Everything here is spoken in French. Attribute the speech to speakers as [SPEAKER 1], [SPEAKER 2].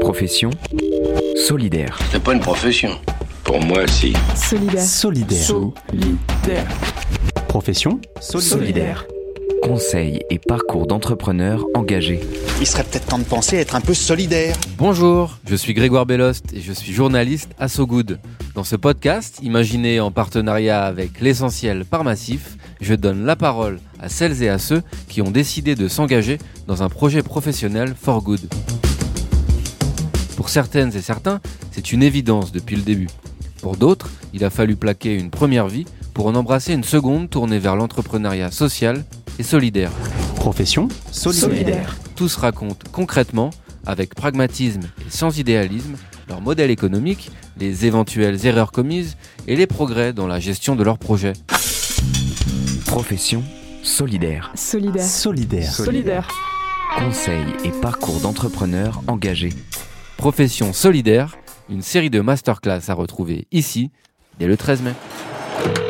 [SPEAKER 1] Profession solidaire.
[SPEAKER 2] C'est pas une profession. Pour moi, si.
[SPEAKER 3] Solidaire.
[SPEAKER 4] Solidaire. Profession
[SPEAKER 1] Solidaire. Conseils et parcours d'entrepreneurs engagés.
[SPEAKER 5] Il serait peut-être temps de penser à être un peu solidaire.
[SPEAKER 6] Bonjour, je suis Grégoire Bellost et je suis journaliste à So Good. Dans ce podcast, imaginé en partenariat avec l'essentiel par Massif, je donne la parole à celles et à ceux qui ont décidé de s'engager dans un projet professionnel for good. Pour certaines et certains, c'est une évidence depuis le début. Pour d'autres, il a fallu plaquer une première vie pour en embrasser une seconde tournée vers l'entrepreneuriat social et solidaire.
[SPEAKER 4] Profession
[SPEAKER 3] Solidaire.
[SPEAKER 6] Tous racontent concrètement, avec pragmatisme et sans idéalisme, leur modèle économique, les éventuelles erreurs commises et les progrès dans la gestion de leur projet.
[SPEAKER 1] Profession solidaire.
[SPEAKER 3] Solidaire.
[SPEAKER 4] Solidaire.
[SPEAKER 3] Solidaire.
[SPEAKER 1] Conseils et parcours d'entrepreneurs engagés.
[SPEAKER 6] Profession solidaire, une série de masterclass à retrouver ici dès le 13 mai.